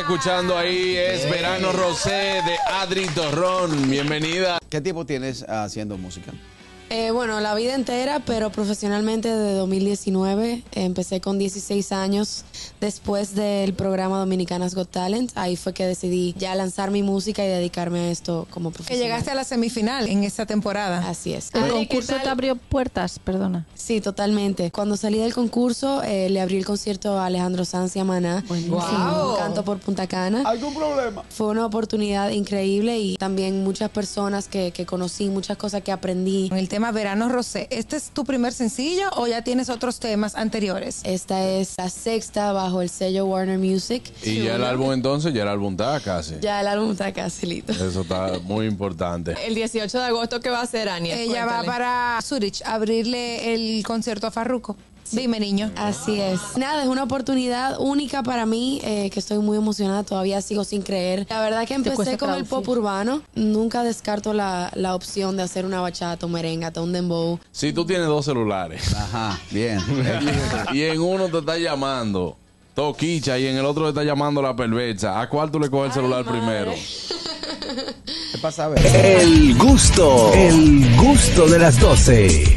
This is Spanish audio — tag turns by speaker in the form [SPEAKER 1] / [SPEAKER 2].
[SPEAKER 1] escuchando ahí es Verano Rosé de Adri Torrón. Bienvenida.
[SPEAKER 2] ¿Qué tiempo tienes haciendo música?
[SPEAKER 3] Eh, bueno, la vida entera, pero profesionalmente desde 2019. Empecé con 16 años después del programa Dominicanas Got Talent. Ahí fue que decidí ya lanzar mi música y dedicarme a esto como
[SPEAKER 4] Que
[SPEAKER 3] profesional.
[SPEAKER 4] llegaste a la semifinal en esa temporada.
[SPEAKER 3] Así es.
[SPEAKER 5] El concurso te abrió puertas, perdona.
[SPEAKER 3] Sí, totalmente. Cuando salí del concurso, eh, le abrí el concierto a Alejandro Sanz y a Maná.
[SPEAKER 5] Buenísimo.
[SPEAKER 3] Sí,
[SPEAKER 4] Wow.
[SPEAKER 3] un canto por Punta Cana.
[SPEAKER 2] ¿Algún problema?
[SPEAKER 3] Fue una oportunidad increíble y también muchas personas que, que conocí, muchas cosas que aprendí.
[SPEAKER 4] Con el tema Verano Rosé, ¿este es tu primer sencillo o ya tienes otros temas anteriores?
[SPEAKER 3] Esta es la sexta bajo el sello Warner Music.
[SPEAKER 1] Y ya el álbum entonces, ya el álbum está casi.
[SPEAKER 3] Ya el álbum está casi listo.
[SPEAKER 1] Eso está muy importante.
[SPEAKER 6] El 18 de agosto, ¿qué va a hacer, Ania?
[SPEAKER 4] Ella va
[SPEAKER 6] Cuéntale.
[SPEAKER 4] para Zurich a abrirle el concierto a Farruko. Dime, niño.
[SPEAKER 3] Así es. Nada, es una oportunidad única para mí, eh, que estoy muy emocionada, todavía sigo sin creer. La verdad que
[SPEAKER 5] cuesta
[SPEAKER 3] empecé con el pop
[SPEAKER 5] traducir.
[SPEAKER 3] urbano, nunca descarto la, la opción de hacer una bachata, un merengue, un dembow.
[SPEAKER 1] Si tú tienes dos celulares
[SPEAKER 2] Ajá, bien.
[SPEAKER 1] y en uno te está llamando Toquicha y en el otro te está llamando la perversa, ¿a cuál tú le coges el celular primero?
[SPEAKER 2] ¿Qué pasa? A ver.
[SPEAKER 7] El gusto, el gusto de las 12.